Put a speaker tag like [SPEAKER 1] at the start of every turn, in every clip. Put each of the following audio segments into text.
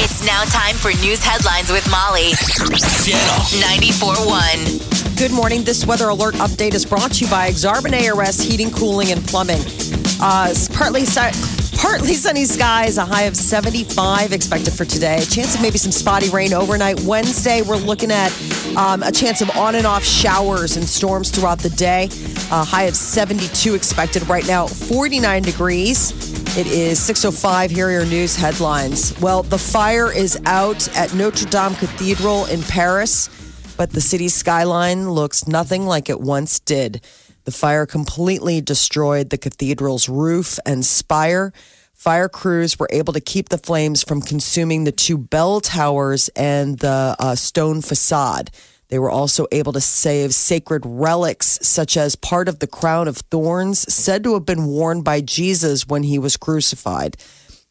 [SPEAKER 1] It's now time for news headlines with Molly. Channel one.
[SPEAKER 2] Good morning. This weather alert update is brought to you by Exarban ARS Heating, Cooling, and Plumbing. Uh, it's partly si- partly sunny skies, a high of 75 expected for today. Chance of maybe some spotty rain overnight. Wednesday, we're looking at um, a chance of on and off showers and storms throughout the day. A high of 72 expected right now, 49 degrees. It is 6:05. Here are your news headlines. Well, the fire is out at Notre Dame Cathedral in Paris but the city's skyline looks nothing like it once did. The fire completely destroyed the cathedral's roof and spire. Fire crews were able to keep the flames from consuming the two bell towers and the uh, stone facade. They were also able to save sacred relics, such as part of the crown of thorns said to have been worn by Jesus when he was crucified.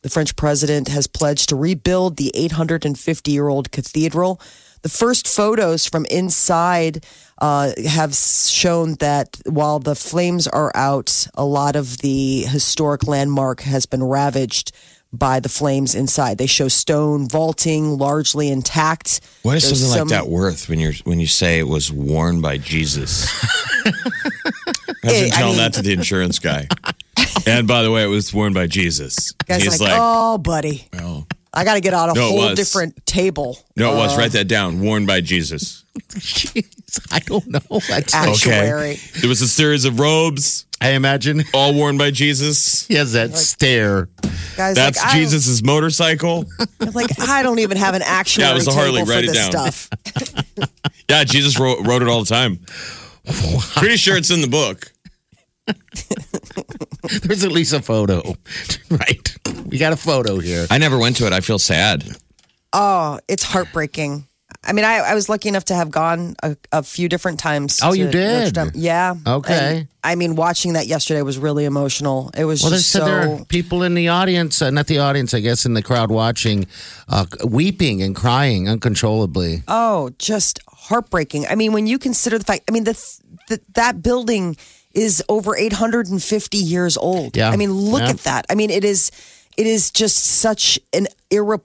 [SPEAKER 2] The French president has pledged to rebuild the 850 year old cathedral. The first photos from inside uh, have shown that while the flames are out, a lot of the historic landmark has been ravaged by the flames inside. They show stone vaulting largely intact.
[SPEAKER 3] What is
[SPEAKER 2] There's
[SPEAKER 3] something
[SPEAKER 2] some-
[SPEAKER 3] like that worth when you're when you say it was worn by Jesus? I
[SPEAKER 2] Eh,
[SPEAKER 3] have
[SPEAKER 2] I
[SPEAKER 3] to tell
[SPEAKER 2] mean-
[SPEAKER 3] that to the insurance guy. and by the way, it was worn by Jesus.
[SPEAKER 2] Guys,
[SPEAKER 3] He's
[SPEAKER 2] like,
[SPEAKER 3] like,
[SPEAKER 2] oh, buddy,
[SPEAKER 3] "Oh,
[SPEAKER 2] I got to get on a
[SPEAKER 3] No, it
[SPEAKER 2] whole
[SPEAKER 3] was.
[SPEAKER 2] different table.
[SPEAKER 3] no, it
[SPEAKER 2] Oh.
[SPEAKER 3] was. Write that down. Worn by Jesus.
[SPEAKER 4] Jeez, I don't know. I,
[SPEAKER 2] Actuary.
[SPEAKER 3] There was a series of robes,
[SPEAKER 4] I imagine
[SPEAKER 3] all worn by Jesus.
[SPEAKER 4] he has that stare.
[SPEAKER 2] Guys,
[SPEAKER 3] That's
[SPEAKER 2] like,
[SPEAKER 3] Jesus' motorcycle.
[SPEAKER 2] I, like I don't even have an actuary
[SPEAKER 3] Yeah, it was a Harley.
[SPEAKER 2] table for
[SPEAKER 3] Write it
[SPEAKER 2] this
[SPEAKER 3] down.
[SPEAKER 2] stuff.
[SPEAKER 3] Yeah, Jesus wrote, wrote it all the time. Pretty sure it's in the book.
[SPEAKER 4] There's at least a photo. right. We got a photo here.
[SPEAKER 3] I never went to it. I feel sad.
[SPEAKER 2] Oh, it's heartbreaking. I mean, I, I was lucky enough to have gone a, a few different times.
[SPEAKER 4] Oh,
[SPEAKER 2] to
[SPEAKER 4] you
[SPEAKER 2] Notre
[SPEAKER 4] did?
[SPEAKER 2] Dame. Yeah.
[SPEAKER 4] Okay.
[SPEAKER 2] And, I mean, watching that yesterday was really emotional. It was
[SPEAKER 4] Well, they
[SPEAKER 2] just
[SPEAKER 4] said there
[SPEAKER 2] so.
[SPEAKER 4] are people in the audience, uh, not the audience, I guess, in the crowd watching, uh, weeping and crying uncontrollably.
[SPEAKER 2] Oh, just heartbreaking. I mean, when you consider the fact, I mean, the, the that building is over 850 years old.
[SPEAKER 4] Yeah.
[SPEAKER 2] I mean, look
[SPEAKER 4] Yeah.
[SPEAKER 2] at that. I mean, it is it is just such an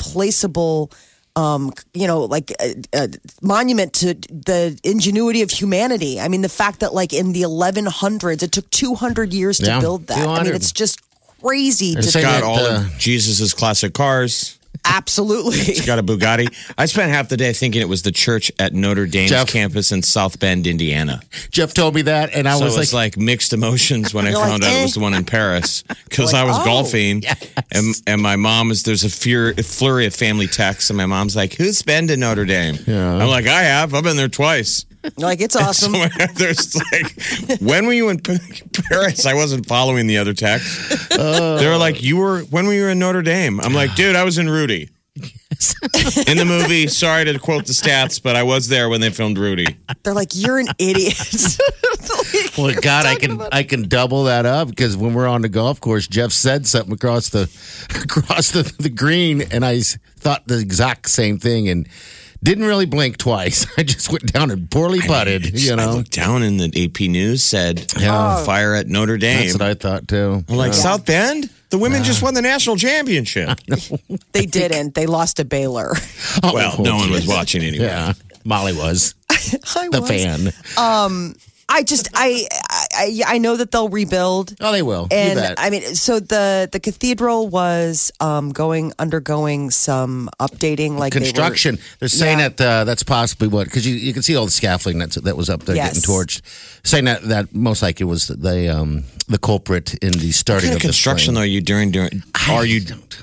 [SPEAKER 2] irreplaceable um, you know, like a, a monument to the ingenuity of humanity. I mean, the fact that like in the 1100s it took 200 years to
[SPEAKER 4] Yeah,
[SPEAKER 2] build that. I mean,
[SPEAKER 4] 200.
[SPEAKER 2] it's just crazy to
[SPEAKER 4] It's
[SPEAKER 2] think.
[SPEAKER 4] got-
[SPEAKER 3] Got
[SPEAKER 4] But,
[SPEAKER 3] all
[SPEAKER 4] uh,
[SPEAKER 3] of Jesus' classic cars.
[SPEAKER 2] absolutely.
[SPEAKER 3] Got a Bugatti. I spent half the day thinking it was the church at Notre Dame's
[SPEAKER 4] Jeff.
[SPEAKER 3] campus in South Bend, Indiana.
[SPEAKER 4] Jeff told me that, and I
[SPEAKER 3] So
[SPEAKER 4] was like,
[SPEAKER 3] it's like, mixed emotions when I
[SPEAKER 2] You're
[SPEAKER 3] found
[SPEAKER 2] like,
[SPEAKER 3] out
[SPEAKER 2] eh.
[SPEAKER 3] it was the one in Paris because I was
[SPEAKER 2] oh.
[SPEAKER 3] golfing, and and my mom is there's a, fear, a flurry of family texts, and my mom's like, "Who's been to Notre Dame?" I'm like, "I have. I've been there twice."
[SPEAKER 2] like it's awesome.
[SPEAKER 3] So there's like, when were you in P- Paris? I wasn't following the other text.
[SPEAKER 4] Oh.
[SPEAKER 3] They were like, you were when were you in Notre Dame? I'm like, dude, I was in Rudy. in the movie, sorry to quote the stats, but I was there when they filmed Rudy.
[SPEAKER 2] They're like, you're an idiot.
[SPEAKER 4] Well, God, I can I can double that up because when we're on the golf course, Jeff said something across the across the, the green, and I s- thought the exact same thing, and didn't really blink twice. I just went down and poorly putted. you
[SPEAKER 3] I
[SPEAKER 4] know,
[SPEAKER 3] looked down and the AP News said "Oh,
[SPEAKER 4] Yeah.
[SPEAKER 3] fire at Notre Dame.
[SPEAKER 4] that's what I thought too.
[SPEAKER 3] I'm like, South Bend? The women just won the national championship.
[SPEAKER 2] They didn't. They lost to Baylor.
[SPEAKER 4] Oh,
[SPEAKER 3] Well, no one was watching anyway.
[SPEAKER 4] Yeah, Molly was the fan.
[SPEAKER 2] I just I, I I- I know that they'll rebuild.
[SPEAKER 4] Oh, they will. You
[SPEAKER 2] And
[SPEAKER 4] bet.
[SPEAKER 2] I mean, so the the cathedral was um, going undergoing some updating, like they were-
[SPEAKER 4] construction. They are saying
[SPEAKER 2] Yeah.
[SPEAKER 4] that uh, that's possibly what because you, you can see all the scaffolding that's, that was up there
[SPEAKER 2] Yes.
[SPEAKER 4] getting torched. Saying that that most likely was the um, the culprit in the starting
[SPEAKER 3] What kind
[SPEAKER 4] of
[SPEAKER 3] of
[SPEAKER 4] this
[SPEAKER 3] construction
[SPEAKER 4] plane.
[SPEAKER 3] are you during during? are you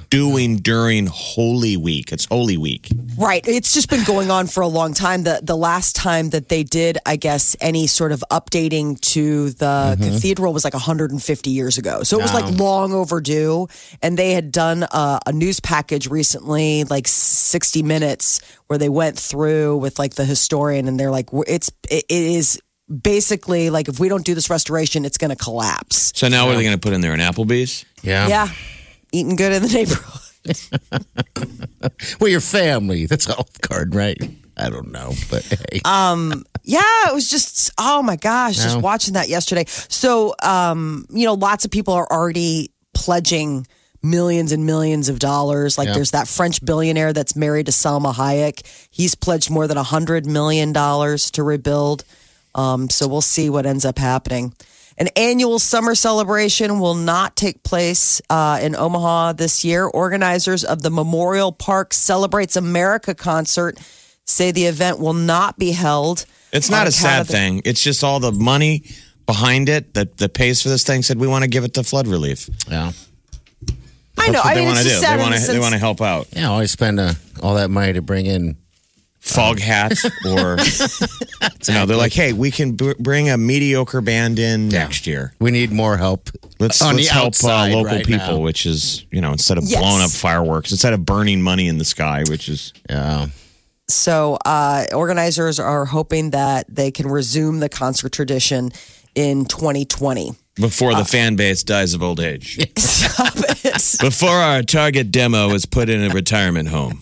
[SPEAKER 3] doing during Holy Week? It's Holy Week.
[SPEAKER 2] Right. It's just been going on for a long time. The the last time that they did, I guess, any sort of updating to the cathedral was like 150 years ago. So it was like long overdue. And they had done a, a news package recently, like 60 minutes, where they went through with like the historian, and they're like, "We're- it's it, it is basically like if we don't do this restoration, it's going to collapse.
[SPEAKER 3] So now what are they going to put in there? An Applebee's?
[SPEAKER 4] Yeah.
[SPEAKER 2] Yeah, eating good in the neighborhood.
[SPEAKER 4] Well, your family. That's all card, right? I don't know, but hey.
[SPEAKER 2] Uh, Yeah, it was just oh my gosh, just
[SPEAKER 4] No.
[SPEAKER 2] watching that yesterday. So um, you know, lots of people are already pledging millions and millions of dollars. Like there's that French billionaire that's married to Salma Hayek. He's pledged more than a hundred million dollars to rebuild. Um, so we'll see what ends up happening. An annual summer celebration will not take place uh, in Omaha this year. Organizers of the Memorial Park Celebrates America concert say the event will not be held.
[SPEAKER 3] It's
[SPEAKER 2] on
[SPEAKER 3] not a
[SPEAKER 2] account
[SPEAKER 3] sad
[SPEAKER 2] of the-
[SPEAKER 3] thing. It's just all the money behind it that, that pays for this thing said we want to give it to flood relief.
[SPEAKER 4] yeah.
[SPEAKER 2] I know.
[SPEAKER 3] That's what
[SPEAKER 2] I
[SPEAKER 3] they
[SPEAKER 2] mean,
[SPEAKER 3] want
[SPEAKER 2] it's
[SPEAKER 3] to do.
[SPEAKER 2] just sad
[SPEAKER 3] They
[SPEAKER 2] in
[SPEAKER 3] want
[SPEAKER 2] the
[SPEAKER 3] to they
[SPEAKER 2] sense-
[SPEAKER 3] want to help out.
[SPEAKER 4] Yeah, always spend uh, all that money to bring in.
[SPEAKER 3] Fog hats or you know, they're like, hey, we can b- bring a mediocre band in next year.
[SPEAKER 4] We need more help.
[SPEAKER 3] Let's,
[SPEAKER 4] on
[SPEAKER 3] let's
[SPEAKER 4] the
[SPEAKER 3] help
[SPEAKER 4] outside
[SPEAKER 3] uh, local
[SPEAKER 4] right now.
[SPEAKER 3] people, which is you know instead of
[SPEAKER 2] Yes.
[SPEAKER 3] blowing up fireworks, instead of burning money in the sky, which is
[SPEAKER 4] Yeah.
[SPEAKER 2] So uh, organizers are hoping that they can resume the concert tradition in 2020.
[SPEAKER 3] before
[SPEAKER 2] Uh,
[SPEAKER 3] the fan base dies of old age,
[SPEAKER 2] Stop it.
[SPEAKER 3] before our target demo is put in a retirement home.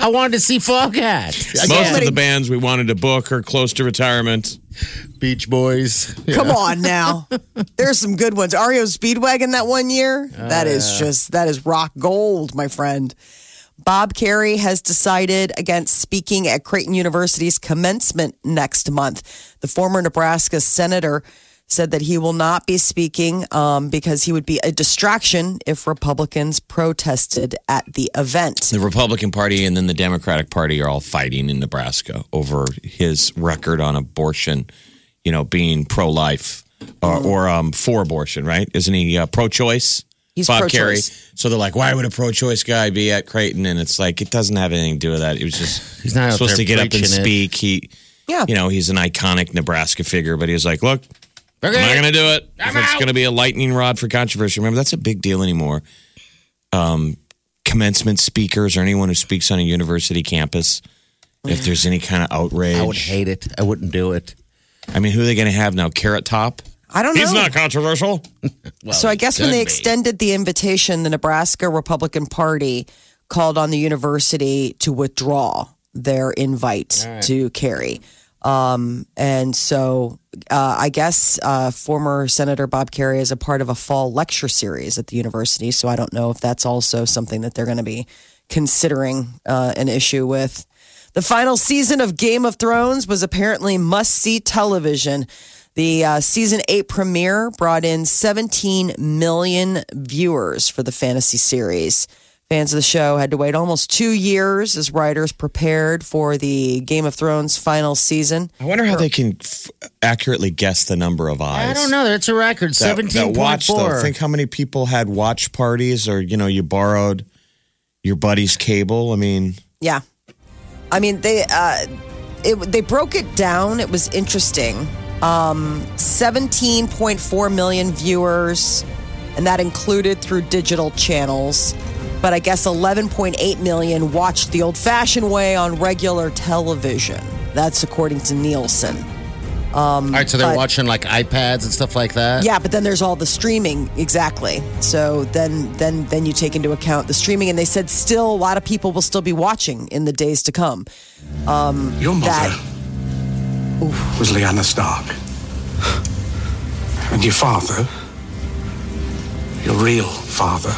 [SPEAKER 4] I wanted to see Foghat.
[SPEAKER 3] Most of
[SPEAKER 2] Somebody-
[SPEAKER 3] the bands we wanted to book are close to retirement.
[SPEAKER 4] Beach Boys.
[SPEAKER 2] Come on now. There's some good ones. Ario Speedwagon that one year. that is just that is rock gold, my friend. Bob Carey has decided against speaking at Creighton University's commencement next month. The former Nebraska senator said that he will not be speaking um, because he would be a distraction if Republicans protested at the event.
[SPEAKER 3] The Republican Party and then the Democratic Party are all fighting in Nebraska over his record on abortion, you know, being pro life
[SPEAKER 2] Mm-hmm.
[SPEAKER 3] or, or um, for abortion, right? Isn't he uh, pro choice?
[SPEAKER 2] He's
[SPEAKER 3] Bob Carey.
[SPEAKER 2] pro-choice.
[SPEAKER 3] So they're like, why would a pro choice guy be at Creighton? And it's like, it doesn't have anything to do with that. It was just
[SPEAKER 4] He's not out
[SPEAKER 3] supposed
[SPEAKER 4] there
[SPEAKER 3] to get up and
[SPEAKER 4] preaching it.
[SPEAKER 3] speak. He,
[SPEAKER 2] Yeah.
[SPEAKER 3] you know, he's an iconic Nebraska figure, but he was like, look, I'm not going to do it. If it's going to be a lightning rod for controversy. Remember, that's a big deal anymore. Um, commencement speakers or anyone who speaks on a university campus, if there's any kind of outrage.
[SPEAKER 4] I
[SPEAKER 3] I,
[SPEAKER 4] would hate it. I wouldn't do it.
[SPEAKER 3] mean, who are they going to have now? Carrot Top?
[SPEAKER 2] I don't know.
[SPEAKER 3] He's not controversial.
[SPEAKER 2] so I guess when
[SPEAKER 4] could
[SPEAKER 2] they
[SPEAKER 4] be.
[SPEAKER 2] extended the invitation, the Nebraska Republican Party called on the university to withdraw their invite to Kerry. Um, and so uh, I guess uh, former Senator Bob Kerry is a part of a fall lecture series at the university. So I don't know if that's also something that they're going to be considering uh, an issue with. The final season of Game of Thrones was apparently must see television. The uh, season eight premiere brought in 17 million viewers for the fantasy series. Fans of the show had to wait almost two years as writers prepared for the Game of Thrones final season.
[SPEAKER 3] I wonder how they can f- accurately guess the number of eyes.
[SPEAKER 4] I don't know. That's a record.
[SPEAKER 3] That, that
[SPEAKER 4] Seventeen point
[SPEAKER 3] watch, though.
[SPEAKER 4] four.
[SPEAKER 3] Think how many people had watch parties or, you know, you borrowed your buddy's cable. I mean,
[SPEAKER 2] Yeah, I mean they uh, it, they broke it down. It was interesting. Um, Seventeen point four million viewers, and that included through digital channels. But I guess eleven point eight million watched the old-fashioned way on regular television. That's according to Nielsen.
[SPEAKER 4] All right, so they're
[SPEAKER 2] but-
[SPEAKER 4] watching like iPads and stuff like that.
[SPEAKER 2] Yeah, but then there's all the streaming exactly. So then then then you take into account the streaming, and they said still a lot of people will still be watching in the days to come.
[SPEAKER 5] Your mother
[SPEAKER 2] That-
[SPEAKER 5] was Lyanna Stark. And your father, your real father,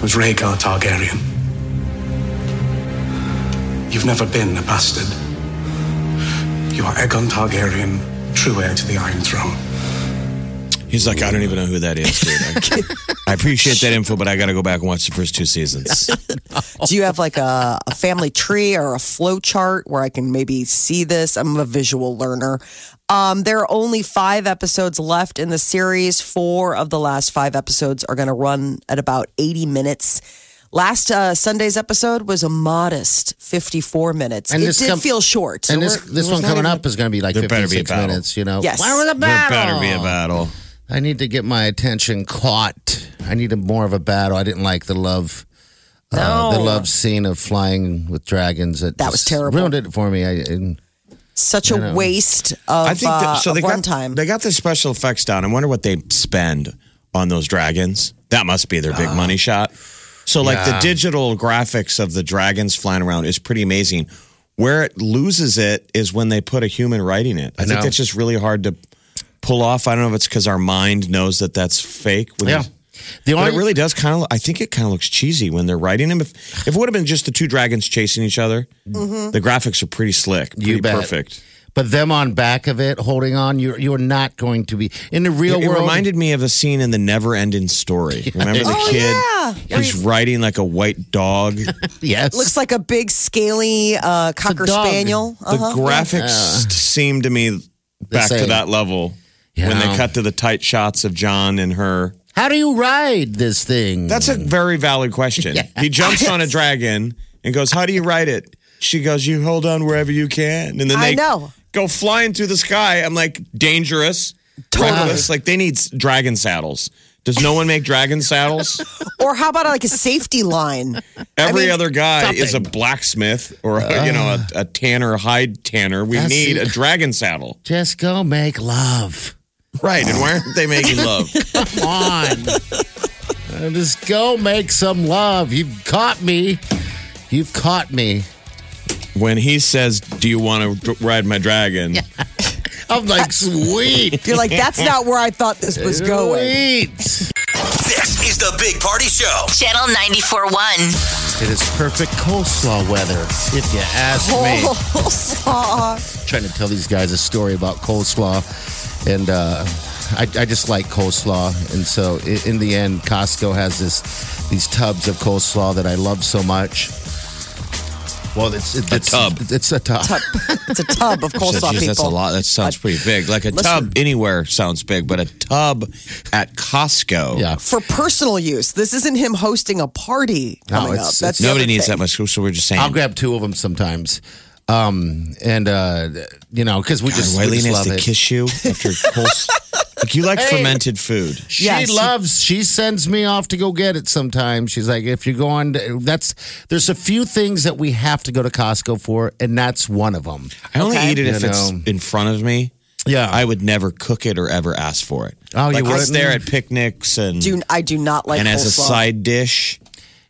[SPEAKER 5] was Rhaegar Targaryen. You've never been a bastard. You are Aegon Targaryen, true heir to the Iron Throne.
[SPEAKER 3] He's like, I don't even know who that is, dude. I, I appreciate that info, but I got to go back and watch the first two seasons.
[SPEAKER 2] Do you have like a, a family tree or a flow chart where I can maybe see this? I'm a visual learner. Um, there are only five episodes left in the series. Four of the last five episodes are going to run at about 80 minutes. Last uh, Sunday's episode was a modest 54 minutes.
[SPEAKER 4] And
[SPEAKER 2] it
[SPEAKER 4] this
[SPEAKER 2] did
[SPEAKER 4] com-
[SPEAKER 2] feel short.
[SPEAKER 4] and
[SPEAKER 2] So
[SPEAKER 4] this
[SPEAKER 2] we're-
[SPEAKER 4] this
[SPEAKER 2] we're
[SPEAKER 4] one
[SPEAKER 2] not
[SPEAKER 4] coming
[SPEAKER 2] even-
[SPEAKER 4] up is going to be like
[SPEAKER 3] There better be a
[SPEAKER 4] 56
[SPEAKER 3] battle.
[SPEAKER 4] minutes, you know?
[SPEAKER 2] Yes.
[SPEAKER 4] Why was a
[SPEAKER 3] There
[SPEAKER 4] battle?
[SPEAKER 3] better be a battle.
[SPEAKER 4] I need to get my attention caught. I needed more of a battle. I didn't like the love. Uh, the
[SPEAKER 2] No.
[SPEAKER 4] love scene of flying with dragons that,
[SPEAKER 2] That was
[SPEAKER 4] just
[SPEAKER 2] terrible.
[SPEAKER 4] ruined it for me. I, and
[SPEAKER 2] Such a waste of,
[SPEAKER 3] I think
[SPEAKER 2] uh,
[SPEAKER 3] that, so.
[SPEAKER 2] of
[SPEAKER 3] They got
[SPEAKER 2] runtime.
[SPEAKER 3] they got the special effects down. I wonder what they spend on those dragons. That must be their
[SPEAKER 4] Ah.
[SPEAKER 3] big money shot. So, like the digital graphics of the dragons flying around is pretty amazing. Where it loses it is when they put a human writing it. I,
[SPEAKER 4] know.
[SPEAKER 3] think that's just really hard to pull off. I don't know if it's because our mind knows that that's fake. when
[SPEAKER 4] yeah,
[SPEAKER 3] you-
[SPEAKER 4] the
[SPEAKER 3] But
[SPEAKER 4] only
[SPEAKER 3] it really does kind of. I think it kind of looks cheesy when they're writing them. If, if it would have been just the two dragons chasing each other,
[SPEAKER 2] Mm-hmm.
[SPEAKER 3] the graphics are pretty slick, pretty
[SPEAKER 4] You bet.
[SPEAKER 3] perfect.
[SPEAKER 4] but them on back of it holding on. You're you're not going to be in the real
[SPEAKER 3] It, it
[SPEAKER 4] world.
[SPEAKER 3] reminded me of a scene in the Never Ending Story. Remember the
[SPEAKER 2] Oh,
[SPEAKER 3] kid?
[SPEAKER 2] yeah. Uh-huh.
[SPEAKER 3] He's riding like a white dog. the
[SPEAKER 4] yes,
[SPEAKER 2] Looks like a big, scaly uh, cocker
[SPEAKER 4] dog.
[SPEAKER 2] spaniel. Uh-huh.
[SPEAKER 3] graphics seem to me back to
[SPEAKER 4] same.
[SPEAKER 3] that level when
[SPEAKER 4] Yeah.
[SPEAKER 3] they cut to the tight shots of John and her.
[SPEAKER 4] How do you ride this thing?
[SPEAKER 3] That's a very valid question. He jumps on a dragon and goes, How do you ride it? She goes, You hold on wherever you can. And then
[SPEAKER 2] I
[SPEAKER 3] they
[SPEAKER 2] know.
[SPEAKER 3] go flying through the sky. I'm like, Dangerous, reckless. Like, they need s- dragon saddles. Does no one make dragon saddles?
[SPEAKER 2] Or how about like a safety line?
[SPEAKER 3] Every
[SPEAKER 2] mean,
[SPEAKER 3] other guy is a blacksmith or, a, you know, a, a tanner, hide tanner. We
[SPEAKER 4] That's
[SPEAKER 3] need
[SPEAKER 4] it.
[SPEAKER 3] a dragon saddle.
[SPEAKER 4] Just go make love.
[SPEAKER 3] Right. And why aren't they making love?
[SPEAKER 4] Come on. Uh, Just go make some love. You've caught me. You've caught me.
[SPEAKER 3] when he says, Do you want to ride my dragon?
[SPEAKER 4] I'm like, sweet.
[SPEAKER 2] You're like, that's not where I thought this was going.
[SPEAKER 4] Sweet.
[SPEAKER 6] This is the Big Party Show.
[SPEAKER 1] Channel 94.1.
[SPEAKER 4] It is perfect coleslaw weather, if you ask
[SPEAKER 3] Oh.
[SPEAKER 4] me.
[SPEAKER 2] Coleslaw.
[SPEAKER 4] Trying to tell these guys a story about coleslaw. And uh, I, I just like coleslaw. And so i- in the end, Costco has this these tubs of coleslaw that I love so much. Well, it's, it's
[SPEAKER 3] tub.
[SPEAKER 4] It's a tub.
[SPEAKER 2] It's a tub of
[SPEAKER 3] So,
[SPEAKER 2] coleslaw,
[SPEAKER 3] geez,
[SPEAKER 2] people.
[SPEAKER 3] that's a lot. That sounds pretty big. Like a tub anywhere sounds big, but a tub at Costco.
[SPEAKER 4] Yeah.
[SPEAKER 2] For personal use, this isn't him hosting a party coming
[SPEAKER 4] it's-
[SPEAKER 2] up. That's
[SPEAKER 3] Nobody needs that much, so we're just saying.
[SPEAKER 4] I'll grab two of them sometimes. Um, and uh, you know, because we just, we
[SPEAKER 3] Wileen
[SPEAKER 4] just
[SPEAKER 3] has
[SPEAKER 4] love
[SPEAKER 3] to
[SPEAKER 4] it.
[SPEAKER 3] kiss you after coles- like you like fermented food.
[SPEAKER 4] She
[SPEAKER 2] Yes.
[SPEAKER 4] loves. She sends me off to go get it sometimes. She's like, if you're going, to, that's there's a few things that we have to go to Costco for, and that's one of them.
[SPEAKER 3] I only eat it
[SPEAKER 4] You
[SPEAKER 3] if it's
[SPEAKER 4] know.
[SPEAKER 3] in front of me.
[SPEAKER 4] Yeah,
[SPEAKER 3] I would never cook it or ever ask for it.
[SPEAKER 4] Oh, you
[SPEAKER 3] like it's
[SPEAKER 4] wouldn't?
[SPEAKER 3] there at picnics and
[SPEAKER 2] Do, I do not like
[SPEAKER 3] and
[SPEAKER 2] coleslaw.
[SPEAKER 3] as a side dish,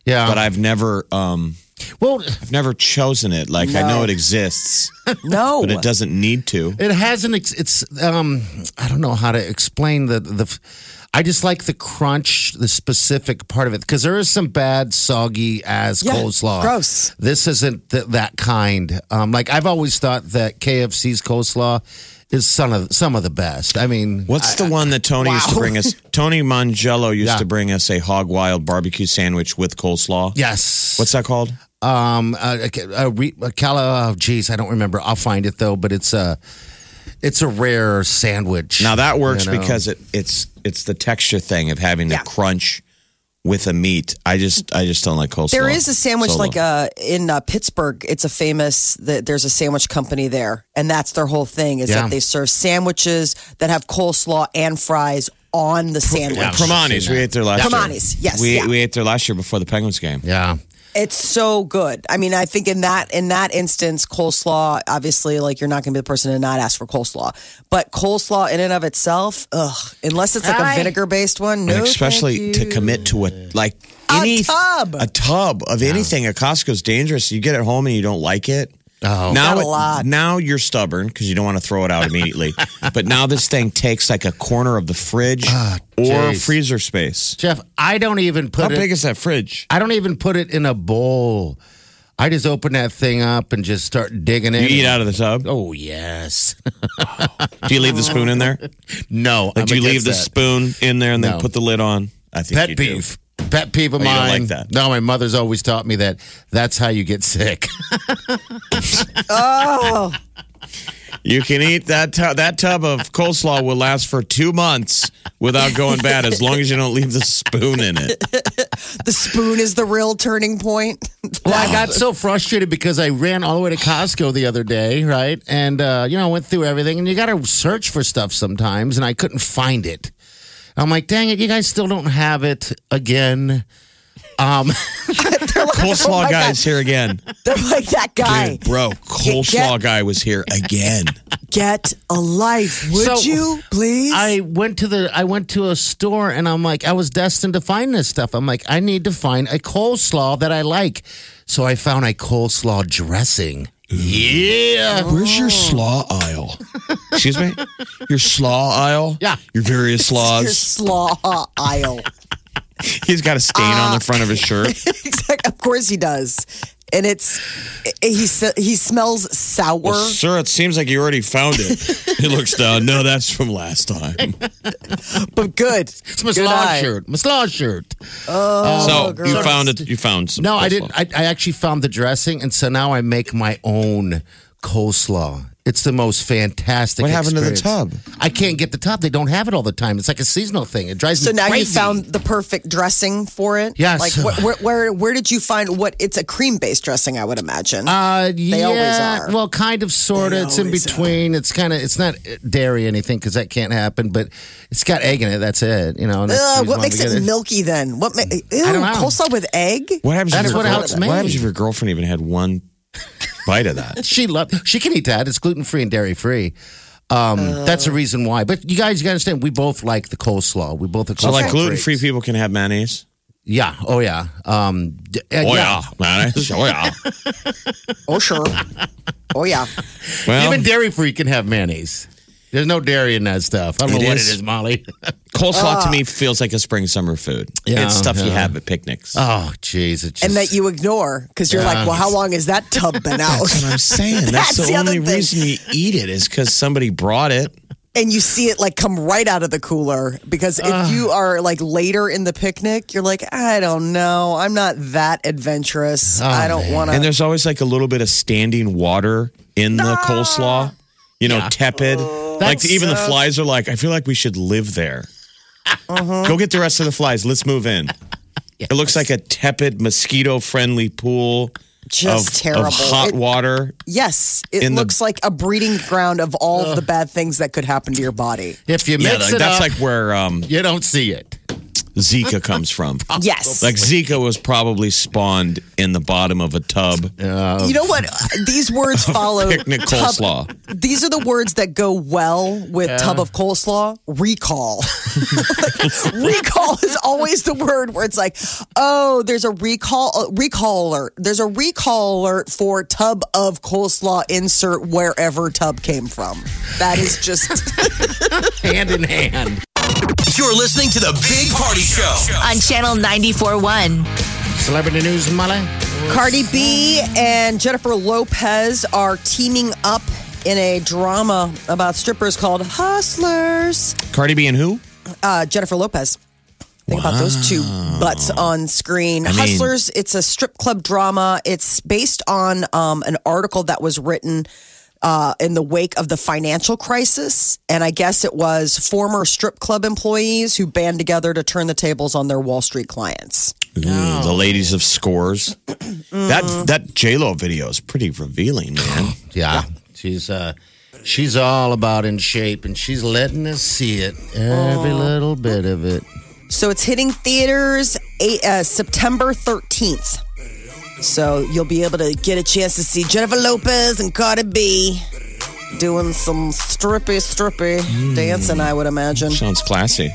[SPEAKER 4] yeah.
[SPEAKER 3] but I've never um
[SPEAKER 4] well,
[SPEAKER 3] I've never chosen it. Like I
[SPEAKER 2] No.
[SPEAKER 3] know it exists,
[SPEAKER 2] No.
[SPEAKER 3] but it doesn't need to.
[SPEAKER 4] it hasn't. ex- It's um, I don't know how to explain the the. f- I just like the crunch, the specific part of it, because there is some bad soggy ass
[SPEAKER 2] Yeah,
[SPEAKER 4] coleslaw.
[SPEAKER 2] gross.
[SPEAKER 4] This isn't th- that kind. Um, like I've always thought that KFC's coleslaw is some of some of the best. I mean,
[SPEAKER 3] What's the one that Tony used to bring us? Tony Mangello used
[SPEAKER 4] Yeah.
[SPEAKER 3] to bring us a hog wild barbecue sandwich with coleslaw.
[SPEAKER 4] yes.
[SPEAKER 3] What's that called?
[SPEAKER 4] um a, a, a, re- a cala? Oh, geez, I don't remember. I'll find it though. But it's a it's a rare sandwich.
[SPEAKER 3] Now that works
[SPEAKER 4] You know.
[SPEAKER 3] because it, it's it's the texture thing of having the crunch with a meat. I just I just don't like coleslaw.
[SPEAKER 2] There is a sandwich
[SPEAKER 3] Solo.
[SPEAKER 2] like uh, in uh, Pittsburgh. It's a famous. The, there's a sandwich company there, and that's their whole thing is
[SPEAKER 4] Yeah.
[SPEAKER 2] that they serve sandwiches that have coleslaw and fries on the sandwich.
[SPEAKER 4] yeah.
[SPEAKER 3] Promani's. We ate there last
[SPEAKER 2] Promani's,
[SPEAKER 3] year.
[SPEAKER 2] yes,
[SPEAKER 3] We
[SPEAKER 2] yeah.
[SPEAKER 3] we ate there last year before the Penguins game.
[SPEAKER 4] yeah.
[SPEAKER 2] It's so good. I mean, I think in that in that instance, coleslaw. Obviously, like you're not going to be the person to not ask for coleslaw, but coleslaw in and of itself, ugh, unless it's like a vinegar based one, no.
[SPEAKER 3] And especially
[SPEAKER 2] Oh, thank
[SPEAKER 3] to
[SPEAKER 2] you.
[SPEAKER 3] commit to a like any
[SPEAKER 2] tub.
[SPEAKER 3] a tub of anything at Costco's dangerous. You get it home and you don't like it.
[SPEAKER 4] Oh.
[SPEAKER 3] now
[SPEAKER 2] Not a
[SPEAKER 3] it-
[SPEAKER 2] lot.
[SPEAKER 3] now you're stubborn because you don't want to throw it out immediately. but now this thing takes like a corner of the fridge or
[SPEAKER 4] geez.
[SPEAKER 3] freezer space.
[SPEAKER 4] Jeff, I don't even put
[SPEAKER 3] How
[SPEAKER 4] it.
[SPEAKER 3] big is that fridge?
[SPEAKER 4] I don't even put it in a bowl. I just open that thing up and just start digging in.
[SPEAKER 3] You eat out of the tub?
[SPEAKER 4] Oh yes.
[SPEAKER 3] Do you leave the spoon in there?
[SPEAKER 4] No.
[SPEAKER 3] Like, do you leave the spoon in there and
[SPEAKER 4] No.
[SPEAKER 3] then put the lid on? I think
[SPEAKER 4] Pet
[SPEAKER 3] you do. Oh,
[SPEAKER 4] beef. Pet peeve of
[SPEAKER 3] you don't
[SPEAKER 4] mine.
[SPEAKER 3] like that.
[SPEAKER 4] No, my mother's always taught me that. That's how you get sick.
[SPEAKER 2] Oh,
[SPEAKER 3] You can eat that tu- that tub of coleslaw will last for two months without going bad, as long as you don't leave the spoon in it.
[SPEAKER 2] Oh The spoon is the real turning point.
[SPEAKER 4] Well, I got so frustrated because I ran all the way to Costco the other day, right? And uh, you know, I went through everything, and you got to search for stuff sometimes, and I couldn't find it. I'm like, dang it, you guys still don't have it again. Um,
[SPEAKER 3] Coleslaw
[SPEAKER 2] my
[SPEAKER 3] guy's here again,
[SPEAKER 2] They're like that guy.
[SPEAKER 3] dude, bro. Coleslaw guy was here again.
[SPEAKER 2] Get a life, would
[SPEAKER 4] So-
[SPEAKER 2] you please?
[SPEAKER 4] I went to the I went to a store, and I'm like, I was destined to find this stuff. I'm like, I need to find a coleslaw that I like, so I found a coleslaw dressing. Yeah.
[SPEAKER 3] Where's your slaw aisle? Excuse me, your slaw aisle.
[SPEAKER 4] Yeah.
[SPEAKER 3] your various
[SPEAKER 2] Your
[SPEAKER 3] slaws.
[SPEAKER 2] slaw aisle.
[SPEAKER 3] He's got a stain on
[SPEAKER 2] uh,
[SPEAKER 3] the front of his shirt.
[SPEAKER 2] Exact- of course he does. And it's he s- he smells sour.
[SPEAKER 3] Well, sir, it seems like you already found it. He looks down. No, that's from last time.
[SPEAKER 2] but good.
[SPEAKER 4] It's my
[SPEAKER 2] Good
[SPEAKER 4] slaw
[SPEAKER 2] eye.
[SPEAKER 4] shirt. My slaw shirt.
[SPEAKER 3] so you
[SPEAKER 2] gross.
[SPEAKER 3] found it. You found some
[SPEAKER 4] No, I
[SPEAKER 3] coleslaw.
[SPEAKER 4] didn't. I, I actually found the dressing, and so now I make my own coleslaw. It's the most fantastic.
[SPEAKER 3] What happened to the
[SPEAKER 4] experience. I can't get the tub. They don't have it all the time. It's like a seasonal thing. It drives
[SPEAKER 2] So
[SPEAKER 4] me
[SPEAKER 2] now you
[SPEAKER 4] crazy.
[SPEAKER 2] found the perfect dressing for it.
[SPEAKER 4] Yeah,
[SPEAKER 2] Like
[SPEAKER 4] so-
[SPEAKER 2] wh- where, where where did you find what? It's a cream based dressing, I would imagine.
[SPEAKER 4] Uh, yeah,
[SPEAKER 2] always are.
[SPEAKER 4] well, kind of, sort of.
[SPEAKER 2] They
[SPEAKER 4] It's in
[SPEAKER 2] always
[SPEAKER 4] between. It's kind of. It's not dairy or anything because that can't happen. But it's got egg in it. That's it. You know. and that's the
[SPEAKER 2] Ugh,
[SPEAKER 4] reason
[SPEAKER 2] what
[SPEAKER 4] why
[SPEAKER 2] makes
[SPEAKER 4] we
[SPEAKER 2] it,
[SPEAKER 4] get
[SPEAKER 2] milky then? What ma- ew,
[SPEAKER 4] don't know.
[SPEAKER 2] coleslaw with egg?
[SPEAKER 3] What happens?
[SPEAKER 4] That's
[SPEAKER 3] if your
[SPEAKER 4] what- how it's
[SPEAKER 3] What happens
[SPEAKER 4] made.
[SPEAKER 3] if your girlfriend even had one bite of that?
[SPEAKER 4] She loved. She can eat that. It's gluten free and dairy free. Um, that's the reason why. But you guys, you gotta understand. We both like the coleslaw. We both are
[SPEAKER 3] So, like,
[SPEAKER 4] coleslaw
[SPEAKER 3] gluten
[SPEAKER 4] freaks.
[SPEAKER 3] free people can have mayonnaise.
[SPEAKER 4] Yeah. Oh yeah. Um, d- uh,
[SPEAKER 3] Oh yeah, mayonnaise. Oh yeah.
[SPEAKER 2] Oh sure. oh yeah.
[SPEAKER 3] Well,
[SPEAKER 4] Even dairy free can have mayonnaise. There's no dairy in that stuff. I don't
[SPEAKER 3] It
[SPEAKER 4] know what
[SPEAKER 3] is.
[SPEAKER 4] it is, Molly.
[SPEAKER 3] coleslaw to me feels like a spring summer food.
[SPEAKER 4] Uh, Yeah,
[SPEAKER 3] it's stuff you
[SPEAKER 4] yeah.
[SPEAKER 3] have at picnics.
[SPEAKER 4] oh jeez. It just-
[SPEAKER 2] And that you ignore because you're like, well, how long has that tub been out?
[SPEAKER 3] That's what I'm saying. That's,
[SPEAKER 2] That's
[SPEAKER 3] the,
[SPEAKER 2] the other
[SPEAKER 3] only
[SPEAKER 2] thing.
[SPEAKER 3] reason you eat it is because somebody brought it.
[SPEAKER 2] and you see it like come right out of the cooler because if you are like later in the picnic, you're like, I don't know, I'm not that
[SPEAKER 4] Oh,
[SPEAKER 2] adventurous. I don't want
[SPEAKER 3] And
[SPEAKER 2] to.
[SPEAKER 3] there's always like a little bit of standing water in the coleslaw. You know, tepid. like
[SPEAKER 4] That's-
[SPEAKER 3] even the flies are like, I feel like we should live there. Go get the rest of the flies. Let's move in. It looks like a tepid, mosquito-friendly pool
[SPEAKER 2] Just
[SPEAKER 3] of,
[SPEAKER 2] terrible.
[SPEAKER 3] of hot
[SPEAKER 2] It-
[SPEAKER 3] water.
[SPEAKER 2] Yes, it
[SPEAKER 3] in the-
[SPEAKER 2] looks like a breeding ground of all of the bad things that could happen to your body.
[SPEAKER 4] if you
[SPEAKER 3] Yeah,
[SPEAKER 4] mix
[SPEAKER 3] like,
[SPEAKER 4] it
[SPEAKER 3] that's
[SPEAKER 4] up,
[SPEAKER 3] like where um,
[SPEAKER 4] you don't see it.
[SPEAKER 3] Zika comes from.
[SPEAKER 2] Yes.
[SPEAKER 3] Like Zika was probably spawned in the bottom of a tub.
[SPEAKER 2] you know what? These words follow
[SPEAKER 3] Picnic
[SPEAKER 2] tub-
[SPEAKER 3] coleslaw.
[SPEAKER 2] These are the words that go well with tub of coleslaw. Recall. recall is always the word where it's like, oh, there's a recall a recall alert. There's a recall alert for tub of coleslaw. Insert wherever tub came from. That is just.
[SPEAKER 4] Hand in hand.
[SPEAKER 6] You're listening to the Big Party Show.
[SPEAKER 1] on Channel 94.1.
[SPEAKER 4] Celebrity news, Molly.
[SPEAKER 2] Cardi B and Jennifer Lopez are teaming up in a drama about strippers called Hustlers.
[SPEAKER 3] Cardi B and who?
[SPEAKER 2] Uh, Jennifer Lopez. Think about those two butts on screen. Hustlers, it's a strip club drama. It's based on um, an article that was written uh, in the wake of the financial crisis. And I guess it was former strip club employees who band together to turn the tables on their Wall Street clients.
[SPEAKER 3] Ooh, the ladies of scores. That that J Lo video is pretty revealing, man.
[SPEAKER 4] Yeah. She's uh, she's all about in shape, and she's letting us see it every little bit of it.
[SPEAKER 2] So it's hitting theaters eight, uh, September 13th. So you'll be able to get a chance to see Jennifer Lopez and Cardi B doing some strippy, strippy dancing, I would imagine.
[SPEAKER 3] Sounds classy.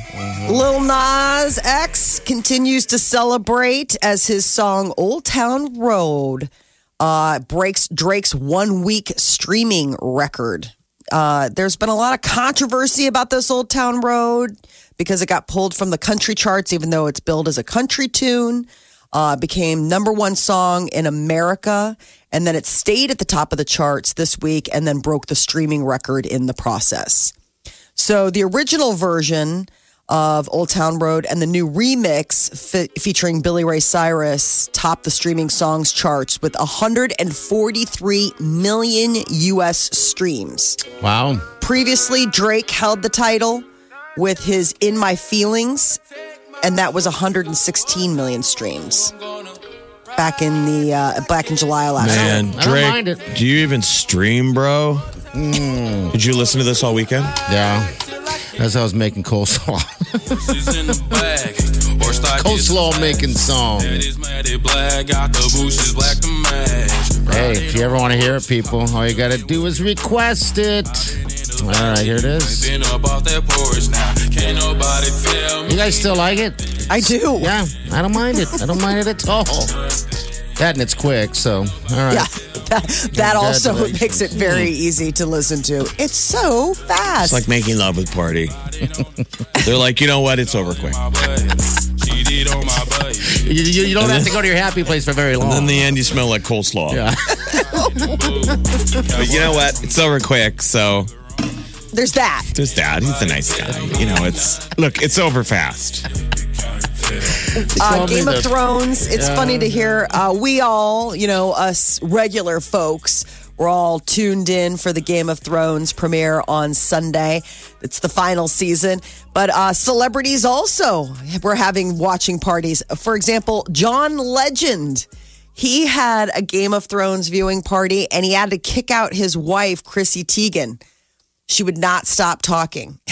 [SPEAKER 2] Lil Nas X continues to celebrate as his song Old Town Road uh, breaks Drake's one week streaming record. Uh, there's been a lot of controversy about this Old Town Road because it got pulled from the country charts, even though it's billed as a country tune. Uh, became number one song in America, and then it stayed at the top of the charts this week, and then broke the streaming record in the process. So the original version of Old Town Road, and the new remix fe- featuring Billy Ray Cyrus topped the streaming songs charts with 143 million U.S. streams.
[SPEAKER 4] Wow.
[SPEAKER 2] Previously, Drake held the title with his In My Feelings, and that was 116 million streams back in the uh, back in July last year.
[SPEAKER 3] Man,
[SPEAKER 4] don't
[SPEAKER 3] Drake,
[SPEAKER 4] mind it.
[SPEAKER 3] do you even stream, bro? Did you listen to this all weekend?
[SPEAKER 4] Yeah. That's how I was making coleslaw.
[SPEAKER 7] She's in the bag. Or start
[SPEAKER 4] coleslaw making song.
[SPEAKER 7] Daddy's mad at black. Got the bushes black to match.
[SPEAKER 4] Hey, if you ever want to hear it, people, all you got to do is request it. All right, here it is.
[SPEAKER 7] Been up off that porch now. Can't nobody feel me.
[SPEAKER 4] You guys still like it?
[SPEAKER 2] I do.
[SPEAKER 4] Yeah, I don't mind it. I don't mind it at all. That and it's quick, so all right.
[SPEAKER 2] Yeah, that, that also
[SPEAKER 4] Congratulations.
[SPEAKER 2] makes it very easy to listen to. It's so fast.
[SPEAKER 3] Mm-hmm. It's like making love with party. They're like, you know what? It's over quick.
[SPEAKER 7] My buddy. Cheated on my buddy.
[SPEAKER 4] You, you, you don't have to go to your happy place for very long.
[SPEAKER 3] And in the end, you smell like coleslaw.
[SPEAKER 4] Yeah.
[SPEAKER 3] but you know what? It's over quick. So
[SPEAKER 2] There's that.
[SPEAKER 3] there's that. He's a nice guy. You know, it's look, it's over fast.
[SPEAKER 2] Uh,
[SPEAKER 4] Tell me
[SPEAKER 2] Game of
[SPEAKER 4] the-
[SPEAKER 2] Thrones. It's funny to hear. Uh, we all, you know, us regular folks, we're all tuned in for the Game of Thrones premiere on Sunday. It's the final season, but uh, celebrities also were having watching parties. For example, John Legend. He had a Game of Thrones viewing party, and he had to kick out his wife, Chrissy Teigen. She would not stop talking.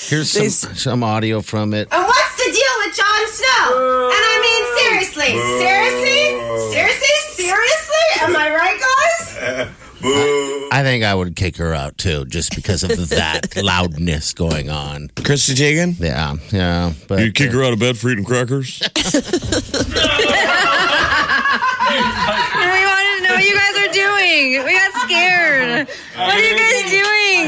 [SPEAKER 4] Here's some, some audio from it.
[SPEAKER 8] And what's the deal with Jon Snow? And I mean, seriously, seriously, seriously, seriously? Am I right, guys?
[SPEAKER 4] I think I would kick her out too, just because of that loudness going on.
[SPEAKER 3] Christy Teigen?
[SPEAKER 4] Yeah, yeah. But
[SPEAKER 3] her out of bed for eating crackers?
[SPEAKER 8] We wanted to know what you guys are doing. We got scared. What are you guys doing?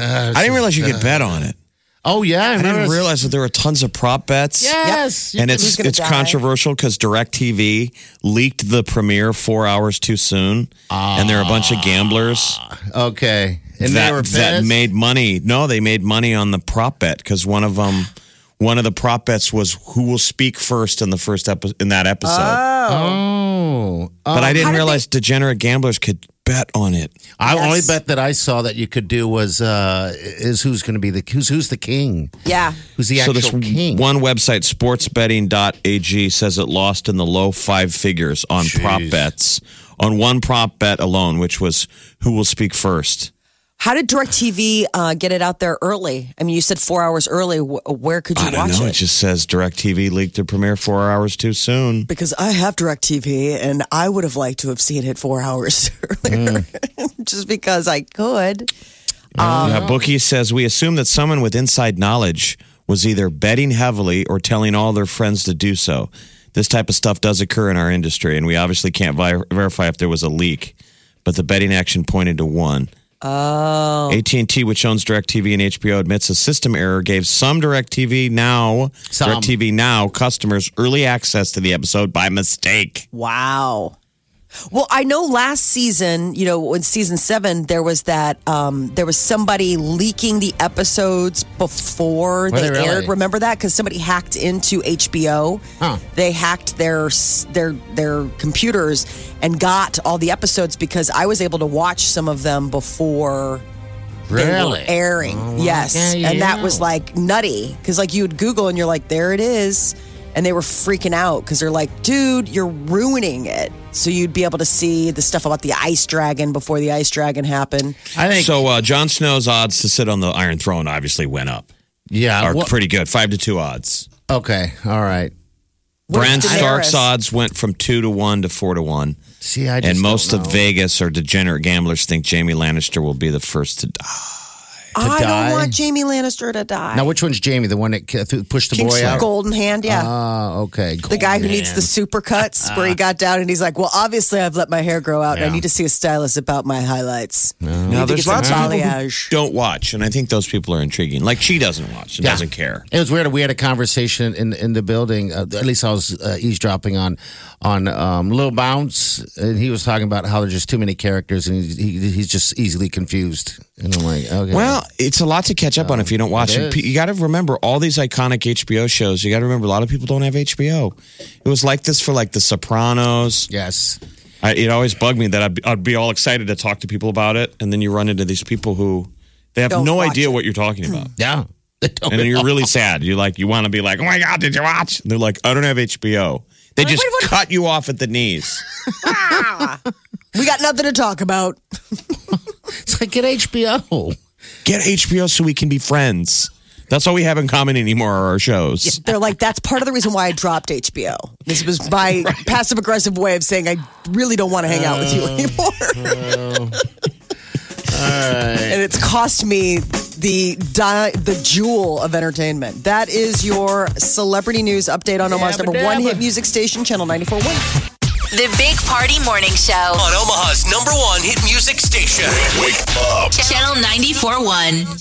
[SPEAKER 3] I didn't realize you could bet on it.
[SPEAKER 4] oh yeah, I,
[SPEAKER 3] I
[SPEAKER 4] remember
[SPEAKER 3] didn't realize that there were tons of prop bets.
[SPEAKER 4] Yes,
[SPEAKER 3] and
[SPEAKER 2] who's
[SPEAKER 3] it's
[SPEAKER 2] gonna
[SPEAKER 3] it's
[SPEAKER 2] die?
[SPEAKER 3] controversial because DirecTV leaked the premiere four hours too soon, and there are a bunch of gamblers
[SPEAKER 4] okay. Ah. And
[SPEAKER 3] that
[SPEAKER 4] they were
[SPEAKER 3] that
[SPEAKER 4] pissed?
[SPEAKER 3] made money. No, they made money on the prop bet because one of them, one of the prop bets was who will speak first in the first episode in that episode.
[SPEAKER 2] Oh.
[SPEAKER 4] Oh,
[SPEAKER 3] but I didn't realize degenerate gamblers could bet on it.
[SPEAKER 4] I only
[SPEAKER 2] Yes.
[SPEAKER 4] bet that I saw that you could do was uh is who's going to be the who's who's the king?
[SPEAKER 2] Yeah.
[SPEAKER 4] Who's the
[SPEAKER 3] so
[SPEAKER 4] actual
[SPEAKER 3] this
[SPEAKER 4] king?
[SPEAKER 3] one website, sportsbetting.ag, says it lost in the low five figures on prop bets on one prop bet alone, which was who will speak first.
[SPEAKER 2] How did DirecTV uh, get it out there early? I mean, you said four hours early. Wh- Where could you
[SPEAKER 3] I don't
[SPEAKER 2] watch
[SPEAKER 3] know. It
[SPEAKER 2] it?
[SPEAKER 3] just says DirecTV leaked the premiere four hours too soon.
[SPEAKER 2] because I have DirecTV and I would have liked to have seen it four hours earlier
[SPEAKER 3] Hmm.
[SPEAKER 2] just because I could.
[SPEAKER 4] Um,
[SPEAKER 3] yeah, Bookie says we assume that someone with inside knowledge was either betting heavily or telling all their friends to do so. This type of stuff does occur in our industry, and we obviously can't vi- verify if there was a leak, but the betting action pointed to one. Oh. AT&T, which owns DirecTV and HBO, admits a system error gave some DirecTV Now,
[SPEAKER 4] Some.
[SPEAKER 3] DirecTV Now customers early access to the episode by mistake.
[SPEAKER 2] Wow. Well, I know last season, you know, in season seven, there was that, um, there was somebody leaking the episodes
[SPEAKER 4] Were
[SPEAKER 2] before they,
[SPEAKER 4] they really?
[SPEAKER 2] aired. Remember that? Because somebody hacked into HBO.
[SPEAKER 4] Huh.
[SPEAKER 2] They hacked their s- their their computers and got all the episodes because I was able to watch some of them before they were airing. yes.
[SPEAKER 4] Oh, yeah,
[SPEAKER 2] and that was
[SPEAKER 4] yeah.
[SPEAKER 2] like nutty because like you would Google and you're like, there it is. And they were freaking out because they're like, dude, you're ruining it. So you'd be able to see the stuff about the ice dragon before the ice dragon happened.
[SPEAKER 4] I think
[SPEAKER 3] So uh, Jon Snow's odds to sit on the Iron Throne obviously went up.
[SPEAKER 4] Yeah.
[SPEAKER 3] Are
[SPEAKER 4] Uh, what-
[SPEAKER 3] pretty good, five to two odds.
[SPEAKER 4] okay. All right.
[SPEAKER 2] Where's
[SPEAKER 3] Bran
[SPEAKER 2] Daenerys?
[SPEAKER 3] Stark's odds went from two to one to four to one.
[SPEAKER 4] See, I just
[SPEAKER 3] And most
[SPEAKER 4] don't
[SPEAKER 3] of
[SPEAKER 4] know.
[SPEAKER 3] Vegas or degenerate gamblers think Jamie Lannister will be the first to die.
[SPEAKER 2] Oh, I
[SPEAKER 4] die?
[SPEAKER 2] don't want Jamie Lannister to die.
[SPEAKER 4] Now, which one's Jamie? The one that ki- th- pushed the
[SPEAKER 2] King's
[SPEAKER 4] boy out?
[SPEAKER 2] golden hand, yeah.
[SPEAKER 4] Oh, okay.
[SPEAKER 2] the guy who needs the supercuts, where he got down and he's like, "Well, obviously I've let my hair grow out, and I
[SPEAKER 4] Yeah.
[SPEAKER 2] need to see a stylist about my highlights." No,
[SPEAKER 3] Now, there's lots of people who
[SPEAKER 2] balayage.
[SPEAKER 3] don't watch, and I think those people are intriguing. Like she doesn't watch and
[SPEAKER 4] Yeah.
[SPEAKER 3] doesn't care.
[SPEAKER 4] It was weird. We had a conversation in in the building. Uh, at least I was uh, eavesdropping on on um, Lil Bounce, and he was talking about how there's just too many characters, and he, he, he's just easily confused. And I'm like, okay,
[SPEAKER 3] Well, Well, it's a lot to catch up on if you don't watch
[SPEAKER 4] it is.
[SPEAKER 3] it. P You got to remember all these iconic HBO shows. You got to remember a lot of people don't have HBO. It was like this for like The Sopranos.
[SPEAKER 4] Yes.
[SPEAKER 3] I, it always bugged me that I'd be, I'd be all excited to talk to people about it, and then you run into these people who they have
[SPEAKER 2] Don't
[SPEAKER 3] no
[SPEAKER 2] watch
[SPEAKER 3] idea
[SPEAKER 2] it.
[SPEAKER 3] what you're talking about,
[SPEAKER 4] Yeah.
[SPEAKER 3] and then you're really sad. You like you want to be like, oh my god, did you watch? And they're like, I don't have HBO. They just
[SPEAKER 2] wait, what-
[SPEAKER 3] cut you off at the knees.
[SPEAKER 2] We got nothing to talk about.
[SPEAKER 4] It's like at HBO.
[SPEAKER 3] Get HBO so we can be friends. That's all we have in common anymore are our shows.
[SPEAKER 2] They're like, that's part of the reason why I dropped HBO. This was my passive aggressive way of saying I really don't want to hang out with you anymore. and it's cost me the di- the jewel of entertainment. That is your celebrity news update on Omar's number one hit music station, Channel 94.1.
[SPEAKER 1] The Big Party Morning Show.
[SPEAKER 6] On Omaha's number one hit music station. Wake up.
[SPEAKER 1] Channel 94.1.